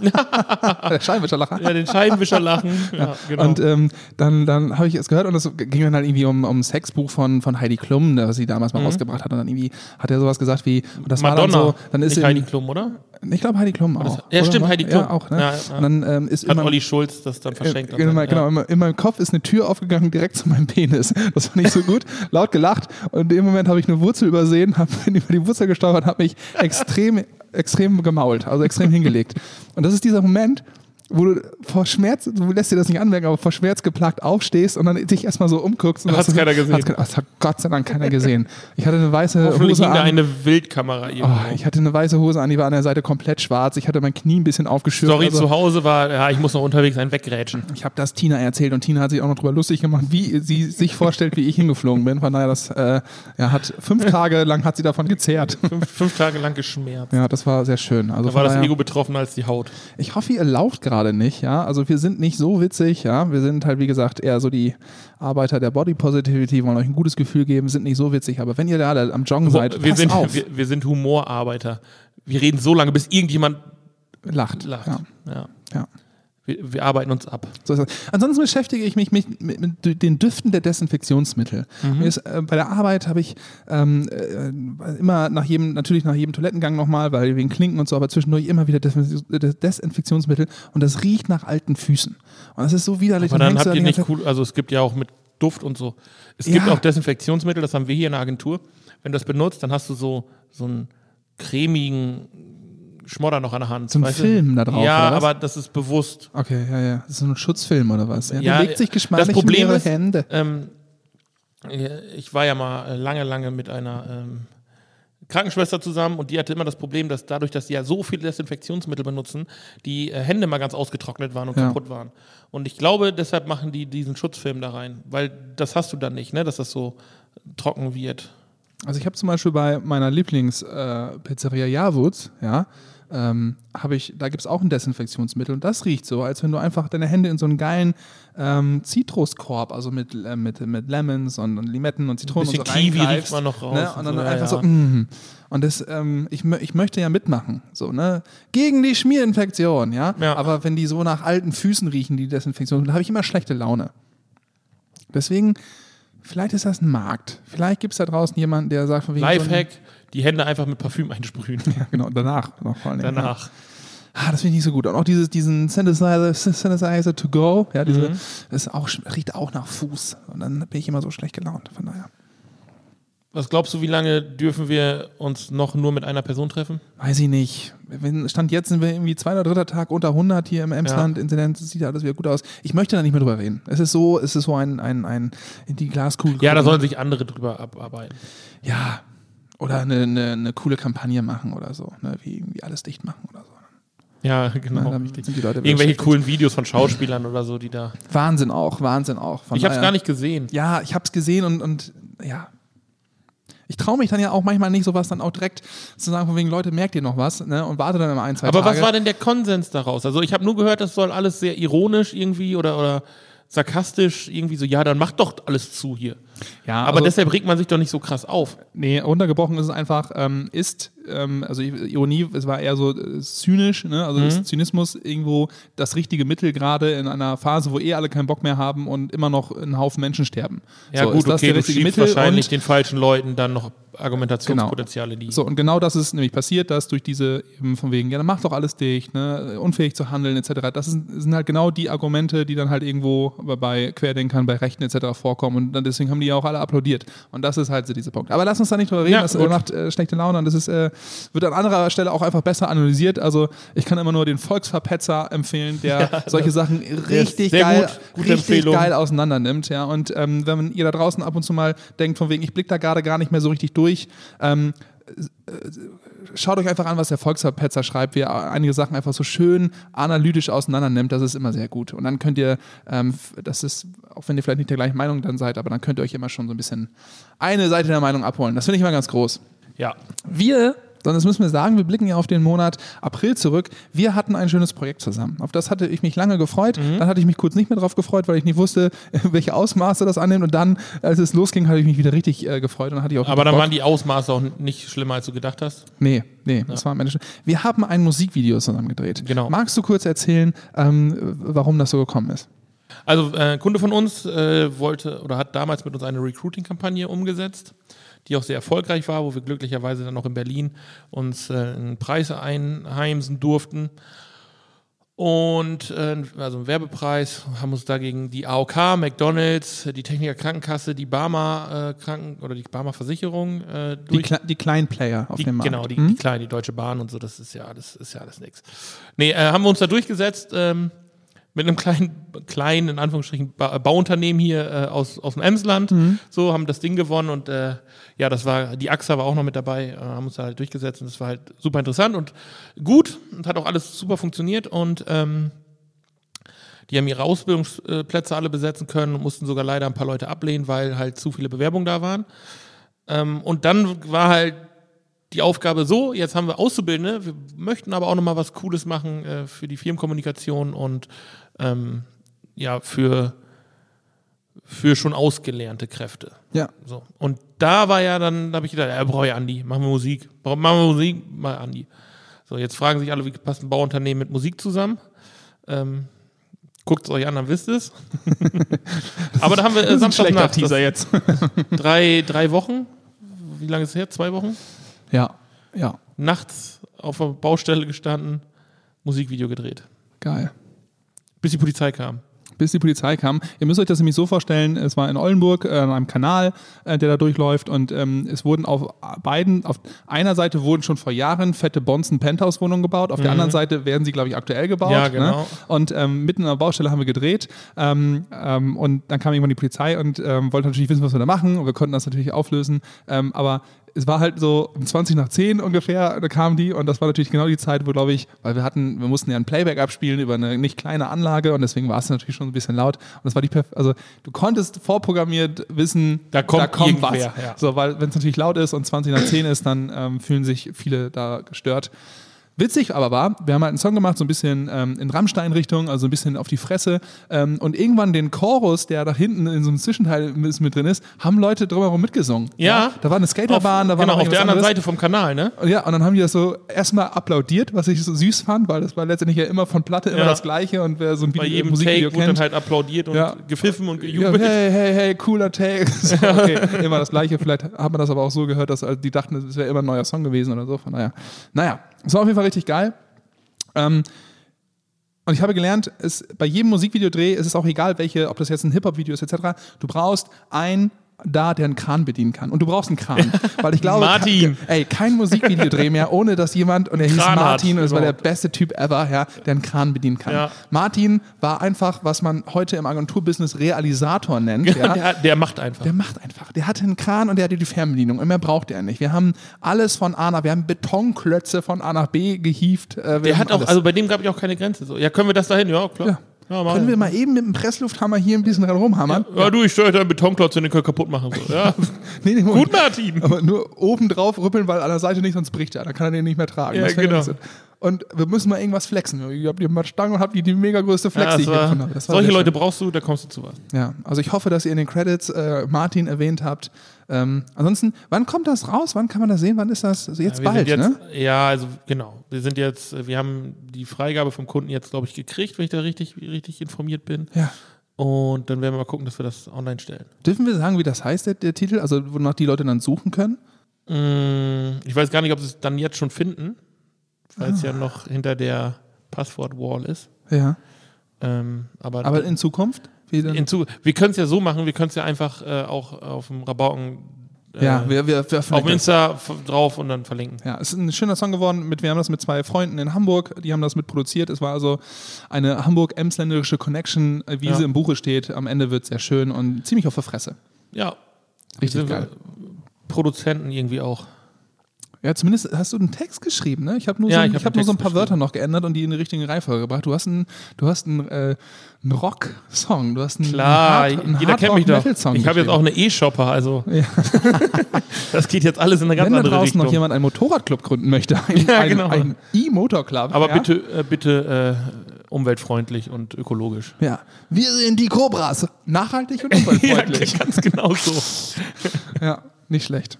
Speaker 1: der Scheinwischerlacher.
Speaker 2: Ja, den Scheibenwischer lachen. Ja, genau.
Speaker 1: Und ähm, dann, dann habe ich es gehört und es ging dann halt irgendwie um, um ein Sexbuch von, von Heidi Klum, das sie damals mal rausgebracht hat. Und dann irgendwie hat er sowas gesagt wie, und das
Speaker 2: Mhm. Madonna.
Speaker 1: war dann so, dann ist
Speaker 2: Nicht Heidi
Speaker 1: Heidi,
Speaker 2: Klum, oder?
Speaker 1: ich glaube Heidi Klum auch.
Speaker 2: ja, stimmt,
Speaker 1: War-
Speaker 2: Heidi
Speaker 1: Ja,
Speaker 2: Klum.
Speaker 1: auch, ne?
Speaker 2: Ja, ja.
Speaker 1: Und dann ähm, ist
Speaker 2: Hat
Speaker 1: immer,
Speaker 2: Olli Schulz das dann verschenkt.
Speaker 1: äh, genau,
Speaker 2: Ja.
Speaker 1: genau immer, in meinem Kopf ist eine Tür aufgegangen, direkt zu meinem Penis. Das fand ich so gut. Laut gelacht. Und in dem Moment habe ich eine Wurzel übersehen, hab, bin über die Wurzel gestolpert, habe mich extrem, extrem gemault, also extrem hingelegt. Und das ist dieser Moment, wo du vor Schmerz, du lässt dir das nicht anmerken, aber vor Schmerz geplagt aufstehst und dann dich erstmal so umguckst. und
Speaker 2: Hat's
Speaker 1: sagst so,
Speaker 2: keiner gesehen.
Speaker 1: hat's kein- Das hat Gott sei Dank keiner gesehen. Ich hatte eine weiße
Speaker 2: Hoffentlich
Speaker 1: Äh, Hose
Speaker 2: hing da
Speaker 1: an.
Speaker 2: eine Wildkamera irgendwo.
Speaker 1: Oh, ich hatte eine weiße Hose an, die war an der Seite komplett schwarz. Ich hatte mein Knie ein bisschen aufgeschürt.
Speaker 2: Sorry,
Speaker 1: also-
Speaker 2: zu Hause war, ja, ich muss noch unterwegs einen weggrätschen.
Speaker 1: ich habe das Tina erzählt und Tina hat sich auch noch drüber lustig gemacht, wie sie sich vorstellt, wie ich hingeflogen bin. Von daher, das äh, ja, hat fünf Tage lang hat sie davon gezerrt.
Speaker 2: Fünf, fünf Tage lang geschmerzt.
Speaker 1: Ja, das war sehr schön. Also
Speaker 2: Da war
Speaker 1: von
Speaker 2: das
Speaker 1: daher,
Speaker 2: Ego betroffener als die Haut.
Speaker 1: ich hoffe, ihr lauft gerade nicht, ja. Also wir sind nicht so witzig, ja. Wir sind halt, wie gesagt, eher so die Arbeiter der Body Positivity, wollen euch ein gutes Gefühl geben, sind nicht so witzig. Aber wenn ihr gerade am Joggen seid,
Speaker 2: wir,
Speaker 1: passt
Speaker 2: sind,
Speaker 1: auf,
Speaker 2: wir, wir sind Humorarbeiter. Wir reden so lange, bis irgendjemand
Speaker 1: lacht.
Speaker 2: lacht.
Speaker 1: Ja,
Speaker 2: Ja.
Speaker 1: ja.
Speaker 2: Wir, wir arbeiten uns ab.
Speaker 1: So ist das. Ansonsten beschäftige ich mich mit, mit, mit den Düften der Desinfektionsmittel.
Speaker 2: Mhm.
Speaker 1: Mir ist, äh, bei der Arbeit habe ich ähm, äh, immer nach jedem, natürlich nach jedem Toilettengang nochmal, weil wegen Klinken und so, aber zwischendurch immer wieder Desinf- Desinfektionsmittel und das riecht nach alten Füßen. Und das ist so widerlich.
Speaker 2: Aber
Speaker 1: Und
Speaker 2: dann
Speaker 1: hängst du
Speaker 2: habt
Speaker 1: da
Speaker 2: ihr
Speaker 1: die ganze
Speaker 2: nicht
Speaker 1: Zeit-
Speaker 2: cool, also es gibt ja auch mit Duft und so. Es gibt
Speaker 1: Ja.
Speaker 2: auch Desinfektionsmittel, das haben wir hier in der Agentur. Wenn du das benutzt, dann hast du so, so einen cremigen Schmodder noch an der Hand.
Speaker 1: So einen
Speaker 2: weißt du?
Speaker 1: Film da drauf,
Speaker 2: Ja,
Speaker 1: oder was?
Speaker 2: aber das ist bewusst.
Speaker 1: Okay, ja, ja. Das ist so ein Schutzfilm oder was? Ja, der legt sich geschmacklich
Speaker 2: das Problem
Speaker 1: in ihre
Speaker 2: ist,
Speaker 1: Hände.
Speaker 2: Ähm, ich war ja mal äh, lange, lange mit einer ähm, Krankenschwester zusammen und die hatte immer das Problem, dass dadurch, dass sie ja so viele Desinfektionsmittel benutzen, die äh, Hände mal ganz ausgetrocknet waren und
Speaker 1: Ja.
Speaker 2: kaputt waren. Und ich glaube, deshalb machen die diesen Schutzfilm da rein, weil das hast du dann nicht, ne? dass das so trocken wird.
Speaker 1: Also ich habe zum Beispiel bei meiner Lieblingspizzeria äh, Pizzeria Javuz, ja, ähm, habe ich, da gibt es auch ein Desinfektionsmittel und das riecht so, als wenn du einfach deine Hände in so einen geilen ähm, Zitruskorb, also mit, äh, mit, mit Lemons und, und Limetten und Zitronen
Speaker 2: Bisschen
Speaker 1: und so
Speaker 2: Kiwi
Speaker 1: reingreifst,
Speaker 2: riecht man noch raus
Speaker 1: Ne? Und
Speaker 2: und
Speaker 1: dann
Speaker 2: so, ja,
Speaker 1: einfach so,
Speaker 2: ja.
Speaker 1: mm. Und das, ähm, ich, mö- ich möchte ja mitmachen, so, ne? Gegen die Schmierinfektion, ja?
Speaker 2: Ja.
Speaker 1: Aber wenn die so nach alten Füßen riechen, die Desinfektionsmittel, habe ich immer schlechte Laune. Deswegen, vielleicht ist das ein Markt. Vielleicht gibt es da draußen jemanden, der sagt, von wegen so ein-
Speaker 2: Lifehack, die Hände einfach mit Parfüm einsprühen.
Speaker 1: ja, genau, danach noch vor allem.
Speaker 2: Danach.
Speaker 1: Ah, das finde ich nicht so gut. Und auch dieses, diesen Synthesizer, Synthesizer to go, ja,
Speaker 2: Mhm.
Speaker 1: diese, das ist auch, riecht auch nach Fuß. Und dann bin ich immer so schlecht gelaunt. Von daher.
Speaker 2: Was glaubst du, wie lange dürfen wir uns noch nur mit einer Person treffen?
Speaker 1: Weiß ich nicht. Wenn, Stand jetzt sind wir irgendwie zweiter, dritter Tag unter 100 hier im Emsland. Inzidenz sieht alles wieder gut aus. Ich möchte da nicht mehr drüber reden. Es ist so, es ist so ein, ein, ein in die Glaskugel.
Speaker 2: Ja, da
Speaker 1: gucken.
Speaker 2: sollen sich andere drüber abarbeiten.
Speaker 1: Ja. Oder eine, eine, eine coole Kampagne machen oder so. Ne? Wie irgendwie alles dicht machen oder so.
Speaker 2: Ja, genau.
Speaker 1: Nein, hab ich- sind die Leute
Speaker 2: Irgendwelche
Speaker 1: beschäftigt.
Speaker 2: coolen Videos von Schauspielern oder so, die da.
Speaker 1: Wahnsinn auch, Wahnsinn auch. Von
Speaker 2: Ich habe es
Speaker 1: daher-
Speaker 2: gar nicht gesehen.
Speaker 1: Ja, ich habe es gesehen und, und ja. Ich traue mich dann ja auch manchmal nicht, sowas dann auch direkt zu sagen, von wegen, Leute, merkt ihr noch was? Ne? Und warte dann immer ein, zwei
Speaker 2: Aber
Speaker 1: Tage.
Speaker 2: was war denn der Konsens daraus? Also ich habe nur gehört, das soll alles sehr ironisch irgendwie oder, oder sarkastisch irgendwie so, ja, dann macht doch alles zu hier.
Speaker 1: Ja,
Speaker 2: Aber
Speaker 1: also-
Speaker 2: deshalb regt man sich doch nicht so krass auf.
Speaker 1: Nee, runtergebrochen ist es einfach, ähm, ist, ähm, also Ironie, es war eher so äh, zynisch, ne?
Speaker 2: Mhm.
Speaker 1: also ist Zynismus irgendwo das richtige Mittel gerade in einer Phase, wo eh alle keinen Bock mehr haben und immer noch ein Haufen Menschen sterben.
Speaker 2: Ja
Speaker 1: So,
Speaker 2: gut,
Speaker 1: ist das
Speaker 2: okay,
Speaker 1: der
Speaker 2: du
Speaker 1: richtige
Speaker 2: schiebst
Speaker 1: Mittel
Speaker 2: wahrscheinlich
Speaker 1: und- Genau.
Speaker 2: den falschen Leuten dann noch Argumentationspotenziale, die
Speaker 1: So, und genau das ist nämlich passiert, dass durch diese eben von wegen, ja, dann mach doch alles dicht, ne, unfähig zu handeln, etc. Das sind, sind halt genau die Argumente, die dann halt irgendwo bei- bei Querdenkern, bei Rechten etc. vorkommen. Und dann, deswegen haben die ja auch alle applaudiert. Und das ist halt so dieser Punkt. Aber lass uns da nicht drüber reden,
Speaker 2: Ja,
Speaker 1: das
Speaker 2: gut.
Speaker 1: macht äh, schlechte Laune und das ist, äh, wird an anderer Stelle auch einfach besser analysiert. Also ich kann immer nur den Volksverpetzer empfehlen, der solche Sachen richtig
Speaker 2: sehr
Speaker 1: geil,
Speaker 2: gut. Gute
Speaker 1: richtig
Speaker 2: Empfehlung.
Speaker 1: geil auseinander nimmt. Ja? Und ähm, wenn man- ihr da draußen ab und zu mal denkt, von wegen, ich blick da gerade gar nicht mehr so richtig durch, ähm, äh, schaut euch einfach an, was der Volksverpetzer schreibt, wie er einige Sachen einfach so schön analytisch auseinander nimmt. Das ist immer sehr gut. Und dann könnt ihr, ähm, f- das ist, auch wenn ihr vielleicht nicht der gleichen Meinung dann seid, aber dann könnt ihr euch immer schon so ein bisschen eine Seite der Meinung abholen. Das finde ich immer ganz groß.
Speaker 2: ja.
Speaker 1: Wir, sondern das müssen wir sagen, wir blicken ja auf den Monat April zurück. Wir hatten ein schönes Projekt zusammen. Auf das hatte ich mich lange gefreut.
Speaker 2: Mhm.
Speaker 1: Dann hatte ich mich kurz nicht mehr drauf gefreut, weil ich nicht wusste, welche Ausmaße das annimmt. Und dann, als es losging, hatte ich mich wieder richtig äh, gefreut. Und dann hatte ich auch
Speaker 2: Aber
Speaker 1: richtig
Speaker 2: dann
Speaker 1: Bock.
Speaker 2: waren die Ausmaße auch nicht schlimmer, als du gedacht hast.
Speaker 1: Nee, nee, das war am Ende schon. Wir haben ein Musikvideo zusammen gedreht.
Speaker 2: Genau.
Speaker 1: Magst du kurz erzählen, ähm, warum das so gekommen ist?
Speaker 2: Also äh, ein Kunde von uns äh, wollte oder hat damals mit uns eine Recruiting-Kampagne umgesetzt, die auch sehr erfolgreich war, wo wir glücklicherweise dann auch in Berlin uns äh, einen Preis einheimsen durften. Und äh, also einen Werbepreis haben uns dagegen die AOK, McDonalds, die Techniker Krankenkasse, die Barmer äh, Kranken oder die Barmer Versicherung äh,
Speaker 1: Die,
Speaker 2: durch
Speaker 1: Kle die kleinen Player auf
Speaker 2: die,
Speaker 1: dem Markt.
Speaker 2: Genau, die,
Speaker 1: Hm?
Speaker 2: die kleinen, die Deutsche Bahn und so, das ist ja alles, ist ja alles nix. Nee, äh, haben wir uns da durchgesetzt ähm, mit einem kleinen, kleinen, in Anführungsstrichen, ba äh, Bauunternehmen hier äh, aus, aus dem Emsland.
Speaker 1: Hm.
Speaker 2: So, haben das Ding gewonnen und äh, ja, das war, die AXA war auch noch mit dabei, äh, haben uns da halt durchgesetzt und das war halt super interessant und gut und hat auch alles super funktioniert und ähm, die haben ihre Ausbildungsplätze alle besetzen können und mussten sogar leider ein paar Leute ablehnen, weil halt zu viele Bewerbungen da waren. Ähm, und dann war halt die Aufgabe so, jetzt haben wir Auszubildende, wir möchten aber auch nochmal was Cooles machen äh, für die Firmenkommunikation und ähm, ja, für, für schon ausgelernte Kräfte.
Speaker 1: Ja.
Speaker 2: So. Und da war ja dann, da habe ich gedacht, ja, brauche ich Andi, machen wir Musik. Warum machen wir Musik? Mal Andi. So, jetzt fragen sich alle, wie passt ein Bauunternehmen mit Musik zusammen? Ähm, Guckt es euch an, dann wisst es. Aber da haben wir
Speaker 1: Das
Speaker 2: äh,
Speaker 1: ist ein schlechter
Speaker 2: Samstagnacht,
Speaker 1: Teaser
Speaker 2: das-
Speaker 1: jetzt.
Speaker 2: drei, drei Wochen. Wie lange ist es her? Zwei Wochen?
Speaker 1: ja, ja,
Speaker 2: nachts auf der Baustelle gestanden, Musikvideo gedreht.
Speaker 1: geil.
Speaker 2: Bis die Polizei kam.
Speaker 1: bis die Polizei kam. Ihr müsst euch das nämlich so vorstellen, es war in Oldenburg, äh, an einem Kanal, äh, der da durchläuft und ähm, es wurden auf beiden, auf einer Seite wurden schon vor Jahren fette Bonzen Penthouse-Wohnungen gebaut, auf der anderen Seite werden sie, glaube ich, aktuell gebaut.
Speaker 2: Mhm.
Speaker 1: ne?
Speaker 2: Ja, genau.
Speaker 1: Und ähm, mitten an der Baustelle haben wir gedreht ähm, ähm, und dann kam irgendwann die Polizei und ähm, wollte natürlich wissen, was wir da machen und wir konnten das natürlich auflösen, ähm, aber es war halt so um 20 nach 10 ungefähr, da kamen die und das war natürlich genau die Zeit, wo glaube ich, weil wir hatten, wir mussten ja ein Playback abspielen über eine nicht kleine Anlage und deswegen war es natürlich schon ein bisschen laut und das war die, perf- also du konntest vorprogrammiert wissen,
Speaker 2: Da kommt
Speaker 1: was.
Speaker 2: irgendwer, ja.
Speaker 1: So, weil wenn es natürlich laut ist und 20 nach 10 ist, dann ähm, fühlen sich viele da gestört. Witzig aber war, wir haben halt einen Song gemacht, so ein bisschen ähm, in Rammstein-Richtung, also ein bisschen auf die Fresse. Ähm, und irgendwann den Chorus, der da hinten in so einem Zwischenteil mit mit drin ist, haben Leute drumherum mitgesungen.
Speaker 2: Ja.
Speaker 1: Da war eine Skaterbahn,
Speaker 2: auf,
Speaker 1: da war
Speaker 2: genau,
Speaker 1: noch
Speaker 2: auf
Speaker 1: irgendwas
Speaker 2: der anderen
Speaker 1: anderes.
Speaker 2: Seite vom Kanal, ne?
Speaker 1: Und Ja, und dann haben die das so erstmal applaudiert, was ich so süß fand, weil das war letztendlich ja immer von Platte immer
Speaker 2: Ja.
Speaker 1: das Gleiche und wer so ein
Speaker 2: Bei
Speaker 1: Video,
Speaker 2: jedem
Speaker 1: Musikvideo
Speaker 2: Take wurde dann
Speaker 1: kennt.
Speaker 2: halt applaudiert und
Speaker 1: Ja.
Speaker 2: gepfiffen und
Speaker 1: Ja,
Speaker 2: gejubelt.
Speaker 1: hey, hey, hey, cooler Take. So, okay, immer das Gleiche. Vielleicht hat man das aber auch so gehört, dass also die dachten, das wäre immer ein neuer Song gewesen oder so. Von daher. Naja, es war auf jeden Fall richtig geil. Ähm, und ich habe gelernt, es, bei jedem Musikvideodreh ist es auch egal, welche, ob das jetzt ein Hip-Hop-Video ist, etc., du brauchst ein da, der einen Kran bedienen kann. Und du brauchst einen Kran. Weil ich glaube,
Speaker 2: Martin.
Speaker 1: Kein, ey, kein Musikvideodreh mehr, ohne dass jemand, und er hieß
Speaker 2: Kran hat,
Speaker 1: Martin, und es war der
Speaker 2: überhaupt.
Speaker 1: beste Typ ever, ja, der einen Kran bedienen kann.
Speaker 2: Ja.
Speaker 1: Martin war einfach, was man heute im Agenturbusiness Realisator nennt. Ja,
Speaker 2: Der, der macht einfach.
Speaker 1: Der macht einfach. Der hatte einen Kran und der hatte die Fernbedienung. Und mehr braucht er nicht. Wir haben alles von A nach, wir haben Betonklötze von A nach B gehievt. äh, wir
Speaker 2: Der
Speaker 1: haben
Speaker 2: hat auch,
Speaker 1: alles.
Speaker 2: also bei dem gab ich auch keine Grenze. So, ja, können wir das dahin? Ja, klar.
Speaker 1: Ja.
Speaker 2: Ja. machen
Speaker 1: Können wir mal eben mit dem Presslufthammer hier ein bisschen dran rumhammern?
Speaker 2: ja, du, ich steuere deinen Betonklotz in den Köln kaputt machen. So. Ja.
Speaker 1: Nee, nee, Moment.
Speaker 2: Gut, Martin.
Speaker 1: Aber nur oben drauf rüppeln, weil an der Seite nicht, sonst bricht er. Dann kann er den nicht mehr tragen.
Speaker 2: Ja,
Speaker 1: Das wäre
Speaker 2: genau.
Speaker 1: Blödsinn. Und wir müssen mal irgendwas flexen. Ihr habt hier mal Stangen und habt die, die mega größte Flex,
Speaker 2: Ja,
Speaker 1: die
Speaker 2: das
Speaker 1: ich hier
Speaker 2: war,
Speaker 1: gefunden habe. Das war
Speaker 2: solche
Speaker 1: sehr
Speaker 2: Leute brauchst du, da kommst du zu was.
Speaker 1: schön. Ja, also ich hoffe, dass ihr in den Credits äh, Martin erwähnt habt. Ähm, ansonsten, wann kommt das raus? Wann kann man das sehen? Wann ist das? Also jetzt
Speaker 2: Ja, wir
Speaker 1: bald,
Speaker 2: sind
Speaker 1: ne?
Speaker 2: jetzt, Ja, also genau. Wir sind jetzt, äh, wir haben die Freigabe vom Kunden jetzt, glaube ich, gekriegt, wenn ich da richtig, richtig informiert bin.
Speaker 1: Ja.
Speaker 2: Und dann werden wir mal gucken, dass wir das online stellen.
Speaker 1: Dürfen wir sagen, wie das heißt, der, der Titel? Also, wonach die Leute dann suchen können?
Speaker 2: Mm, Ich weiß gar nicht, ob sie es dann jetzt schon finden, weil
Speaker 1: Ah.
Speaker 2: es ja noch hinter der Passwort-Wall ist.
Speaker 1: Ja.
Speaker 2: Ähm, aber
Speaker 1: Aber in Zukunft? Wie dann?
Speaker 2: in Zu wir können es ja so machen, wir können es ja einfach äh, auch auf dem Rabauken äh,
Speaker 1: ja, wir, wir, wir
Speaker 2: auf Insta f- drauf und dann verlinken.
Speaker 1: Ja, es ist ein schöner Song geworden. Mit, wir haben das mit zwei Freunden in Hamburg, die haben das mit produziert. Es war also eine hamburg-emsländische Connection, äh, wie
Speaker 2: Ja.
Speaker 1: sie im Buche steht. Am Ende wird sehr schön und ziemlich auf der Fresse.
Speaker 2: Ja,
Speaker 1: Richtig
Speaker 2: sind wir
Speaker 1: geil.
Speaker 2: Produzenten irgendwie auch.
Speaker 1: Ja, zumindest hast du einen Text geschrieben, ne? Ich habe nur,
Speaker 2: Ja,
Speaker 1: so, ein-
Speaker 2: ich hab
Speaker 1: ich hab
Speaker 2: einen
Speaker 1: nur so ein
Speaker 2: Text
Speaker 1: paar
Speaker 2: geschrieben.
Speaker 1: Wörter noch geändert und die in die richtige Reihenfolge gebracht. Du hast einen, du hast einen, äh, einen Rock-Song, du hast einen
Speaker 2: Klar,
Speaker 1: Hard- einen
Speaker 2: jeder kennt mich doch.
Speaker 1: Hard-Rock-Metal-Song
Speaker 2: Ich habe jetzt
Speaker 1: geschrieben.
Speaker 2: auch eine E-Shopper, also
Speaker 1: Ja.
Speaker 2: das geht jetzt alles in eine ganz
Speaker 1: Wenn da
Speaker 2: andere
Speaker 1: draußen
Speaker 2: Richtung.
Speaker 1: noch jemand einen Motorradclub gründen möchte, ein,
Speaker 2: Ja,
Speaker 1: ein-
Speaker 2: genau.
Speaker 1: ein E-Motor-Club.
Speaker 2: Aber
Speaker 1: ja?
Speaker 2: bitte, äh, bitte äh, umweltfreundlich und ökologisch.
Speaker 1: Ja. Wir sind die Cobras. Nachhaltig und umweltfreundlich.
Speaker 2: Ja, ganz genau so.
Speaker 1: Ja, nicht schlecht.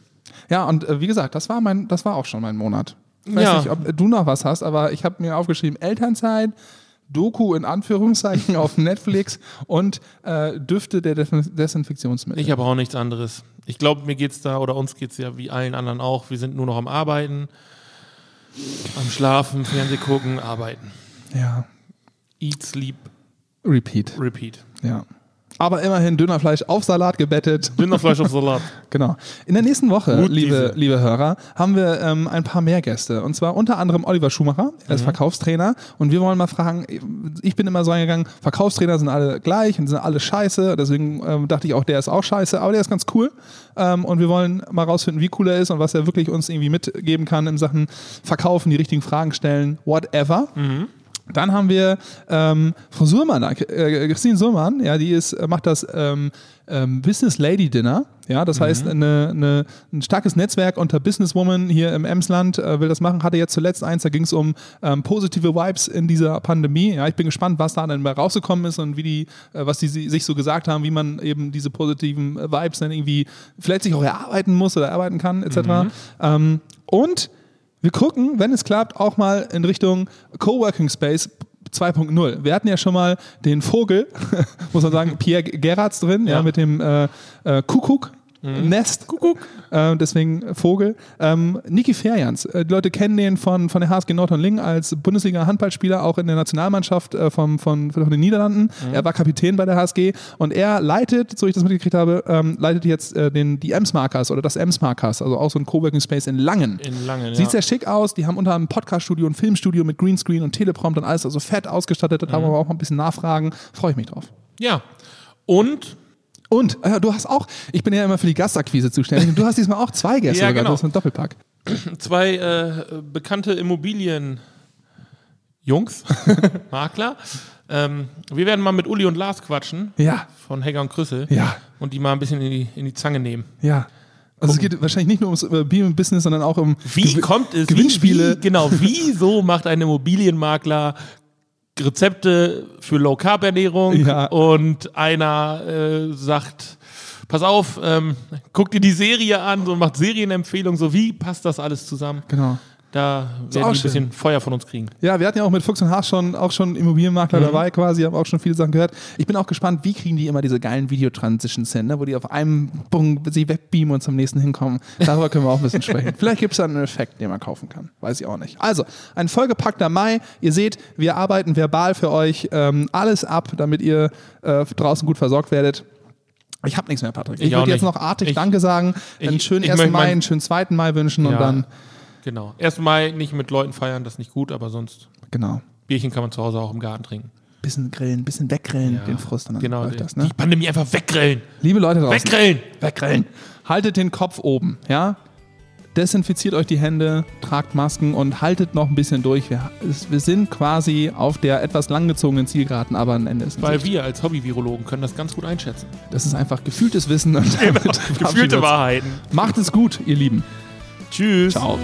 Speaker 1: Ja, und äh, wie gesagt, das war mein, das war auch schon mein Monat. Ich weiß
Speaker 2: Ja.
Speaker 1: nicht, ob du noch was hast, aber ich habe mir aufgeschrieben, Elternzeit, Doku in Anführungszeichen auf Netflix und äh, Düfte der Des Desinfektionsmittel.
Speaker 2: Ich habe auch nichts anderes. Ich glaube, mir geht's da oder uns geht's ja wie allen anderen auch. Wir sind nur noch am Arbeiten, am Schlafen, Fernseh gucken, arbeiten.
Speaker 1: ja.
Speaker 2: Eat, sleep,
Speaker 1: Repeat.
Speaker 2: repeat.
Speaker 1: Ja. Aber immerhin Dönerfleisch auf Salat gebettet.
Speaker 2: Rinderfleisch auf Salat.
Speaker 1: Genau. In der nächsten Woche,
Speaker 2: Gut,
Speaker 1: liebe,
Speaker 2: diese.
Speaker 1: liebe Hörer, haben wir ähm, ein paar mehr Gäste. Und zwar unter anderem Oliver Schumacher, er ist Verkaufstrainer. Und wir wollen mal fragen, ich bin immer so eingegangen, Verkaufstrainer sind alle gleich und sind alle scheiße. Deswegen ähm, dachte ich auch, der ist auch scheiße, aber der ist ganz cool. Ähm, und wir wollen mal rausfinden, wie cool er ist und was er wirklich uns irgendwie mitgeben kann in Sachen Verkaufen, die richtigen Fragen stellen, whatever. Dann haben wir ähm, Frau Surmann, äh, Christine Surmann, ja, die ist, macht das ähm, ähm, Business Lady Dinner. Ja, das heißt, eine, eine, ein starkes Netzwerk unter Businesswoman hier im Emsland äh, will das machen. Hatte jetzt zuletzt eins, da ging es um ähm, positive Vibes in dieser Pandemie. Ja, ich bin gespannt, was da dann mal rausgekommen ist und wie die, äh, was die si- sich so gesagt haben, wie man eben diese positiven äh, Vibes dann irgendwie vielleicht sich auch erarbeiten muss oder erarbeiten kann, etc. Ähm, und wir gucken, wenn es klappt, auch mal in Richtung Coworking Space 2.0. Wir hatten ja schon mal den Vogel, muss man sagen, Pierre Gerards drin, ja,
Speaker 2: Ja.
Speaker 1: mit dem äh, äh, Kuckuck. Nest. Kuckuck. Äh, deswegen Vogel. Ähm, Niki Ferjans. Äh, die Leute kennen den von, von der HSG Nordhorn-Lingen als Bundesliga-Handballspieler, auch in der Nationalmannschaft äh, vom, von, von den Niederlanden.
Speaker 2: Mhm.
Speaker 1: Er war Kapitän bei der HSG und er leitet, so ich das mitgekriegt habe, ähm, leitet jetzt äh, den, die Ems-Markers oder das Ems-Markers, also auch so ein Coworking Space in Langen.
Speaker 2: In lange,
Speaker 1: Sieht sehr schick aus. Die haben unter anderem ein Podcast-Studio, ein Filmstudio mit Greenscreen und Teleprompter und alles, also fett ausgestattet. Da haben
Speaker 2: Mhm.
Speaker 1: wir aber auch mal ein bisschen nachfragen. Freue ich mich drauf.
Speaker 2: Ja. Und
Speaker 1: Und äh, du hast auch, ich bin ja immer für die Gastakquise zuständig, und du hast diesmal auch zwei Gäste
Speaker 2: Ja,
Speaker 1: sogar.
Speaker 2: genau.
Speaker 1: Du hast einen Doppelpack.
Speaker 2: zwei äh, bekannte Immobilien-Jungs, Makler. Ähm, wir werden mal mit Uli und Lars quatschen
Speaker 1: Ja,
Speaker 2: von Hegger und Krüssel
Speaker 1: ja,
Speaker 2: und die mal ein bisschen in die, in die Zange nehmen.
Speaker 1: ja. Also es geht wahrscheinlich nicht nur ums äh, Business, sondern auch um
Speaker 2: Um Wie
Speaker 1: Gew-
Speaker 2: kommt es?
Speaker 1: Gewinnspiele.
Speaker 2: Wie, wie, genau, wieso macht ein Immobilienmakler Rezepte für Low-Carb-Ernährung
Speaker 1: Ja.
Speaker 2: und einer äh, sagt, pass auf, ähm, guck dir die Serie an so macht Serienempfehlungen, so wie passt das alles zusammen?
Speaker 1: Genau.
Speaker 2: Da werden die
Speaker 1: auch
Speaker 2: ein
Speaker 1: schön.
Speaker 2: bisschen Feuer von uns kriegen.
Speaker 1: Ja, wir hatten ja auch mit Fuchs und Haas schon auch schon
Speaker 2: Mhm.
Speaker 1: Immobilienmakler dabei quasi, haben auch schon viele Sachen gehört. Ich bin auch gespannt, wie kriegen die immer diese geilen Videotransitions hin, ne? wo die auf einem Punkt sich wegbeamen und zum nächsten hinkommen. Darüber können wir auch ein bisschen sprechen. Vielleicht gibt es da einen Effekt, den man kaufen kann. Weiß ich auch nicht. Also, ein vollgepackter Mai. Ihr seht, wir arbeiten verbal für euch ähm, alles ab, damit ihr äh, draußen gut versorgt werdet. Ich habe nichts mehr, Patrick.
Speaker 2: Ich
Speaker 1: Ich,
Speaker 2: auch
Speaker 1: würde jetzt
Speaker 2: nicht.
Speaker 1: noch artig
Speaker 2: Ich-
Speaker 1: Danke sagen,
Speaker 2: ich-
Speaker 1: einen schönen
Speaker 2: ich
Speaker 1: 1.
Speaker 2: möchte
Speaker 1: Mai,
Speaker 2: mein-
Speaker 1: einen schönen 2. Mai wünschen
Speaker 2: Ja.
Speaker 1: und dann,
Speaker 2: Genau. Erstmal nicht mit Leuten feiern, das ist nicht gut, aber sonst
Speaker 1: genau,
Speaker 2: Bierchen kann man zu Hause auch im Garten trinken.
Speaker 1: bisschen grillen, bisschen weggrillen, den Frust. Und dann
Speaker 2: genau.
Speaker 1: läuft das,
Speaker 2: Die
Speaker 1: ne?
Speaker 2: Pandemie einfach weggrillen.
Speaker 1: Liebe Leute draußen,
Speaker 2: Weggrillen!
Speaker 1: weggrillen. Haltet den Kopf oben, ja? Desinfiziert euch die Hände, tragt Masken und haltet noch ein bisschen durch. Wir, es, wir sind quasi auf der etwas langgezogenen Zielgeraden, aber ein Ende ist in
Speaker 2: Weil
Speaker 1: Sicht.
Speaker 2: wir als Hobby-Virologen können das ganz gut einschätzen.
Speaker 1: Das ist einfach gefühltes Wissen. Und
Speaker 2: Genau,
Speaker 1: damit verabschieden wir uns.
Speaker 2: Gefühlte Wahrheiten.
Speaker 1: Macht es gut, ihr Lieben.
Speaker 2: Tschüss.
Speaker 1: Ciao.